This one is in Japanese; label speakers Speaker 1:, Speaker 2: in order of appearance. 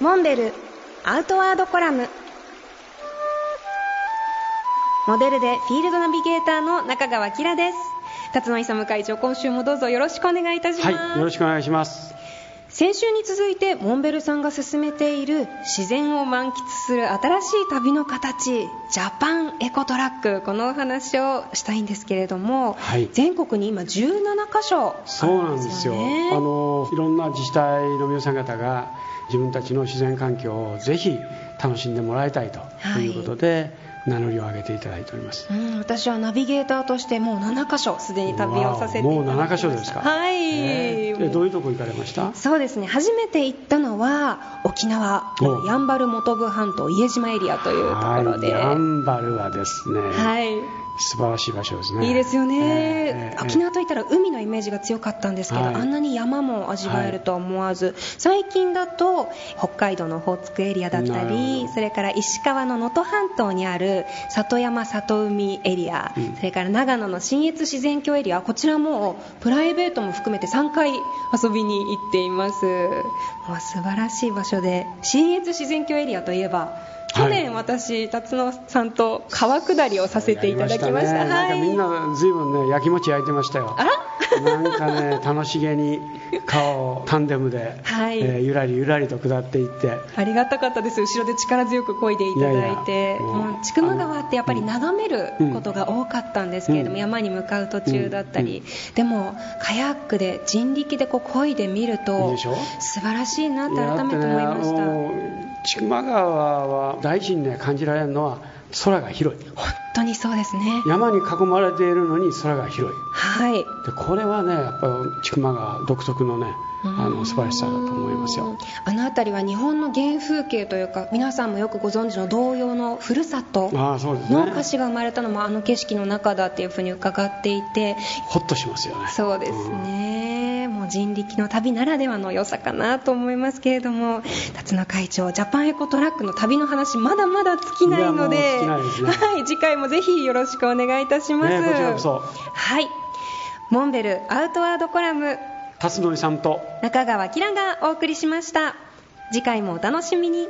Speaker 1: モンベルアウトワードコラムモデルでフィールドナビゲーターの中川きらです辰野勇会長今週もどうぞよろしくお願いいたします、
Speaker 2: はい、よろしくお願いします
Speaker 1: 先週に続いてモンベルさんが進めている自然を満喫する新しい旅の形ジャパンエコトラックこのお話をしたいんですけれども、はい、全国に今17箇所、ね、
Speaker 2: そうなんですよあのいろんな自治体の皆さん方が自分たちの自然環境をぜひ楽しんでもらいたいということで、はい名乗りを上げていただいております、
Speaker 1: うん、私はナビゲーターとしてもう7カ所すでに旅をさせていただきま
Speaker 2: もう7カ所ですか
Speaker 1: はい、
Speaker 2: えー、どういうとこ行かれました
Speaker 1: そうですね初めて行ったのは沖縄やんばる本部半島家島エリアというところで
Speaker 2: やんばるはですね
Speaker 1: はい
Speaker 2: 素晴らしい場所ですね
Speaker 1: いいですよね、えー、沖縄といったら海のイメージが強かったんですけど、はい、あんなに山も味わえるとは思わず、はい、最近だと北海道のオホーツクエリアだったりそれから石川の能登半島にある里山里海エリア、うん、それから長野の信越自然郷エリアこちらもプライベートも含めて3回遊びに行っていますもう素晴らしい場所で信越自然郷エリアといえば去年、私、辰野さんと川下りをさせていただきました、
Speaker 2: ね、なんかみんな、ずいぶんね、焼きもち焼いてましたよ、
Speaker 1: あ
Speaker 2: らなんかね、楽しげに川をタンデムで、はいえー、ゆらりゆらりと下っていって、
Speaker 1: ありがたかったです、後ろで力強く漕いでいただいて、千曲川ってやっぱり眺めることが多かったんですけれども、うん、山に向かう途中だったり、うん、でも、カヤックで人力でこう漕いでみると、
Speaker 2: いい
Speaker 1: 素晴らしいなって改めて思いました。
Speaker 2: 千曲川は大臣に感じられるのは空が広い
Speaker 1: 本当にそうですね
Speaker 2: 山に囲まれているのに空が広い、
Speaker 1: はい、
Speaker 2: でこれはねやっぱ千曲川独特のねあの素晴らしさだと思いますよ
Speaker 1: あの辺りは日本の原風景というか皆さんもよくご存知の童謡のふるさとの歌詞が生まれたのもあの景色の中だっていうふうに伺っていて
Speaker 2: ほっとしますよね
Speaker 1: そうですね、うんもう人力の旅ならではの良さかなと思いますけれども辰野会長ジャパンエコトラックの旅の話まだまだ尽きないので、ね、はい、次回もぜひよろしくお願いいたします、
Speaker 2: ね、こちらこそ
Speaker 1: はいモンベルアウトワードコラム
Speaker 2: 辰野さんと
Speaker 1: 中川きらがお送りしました次回もお楽しみに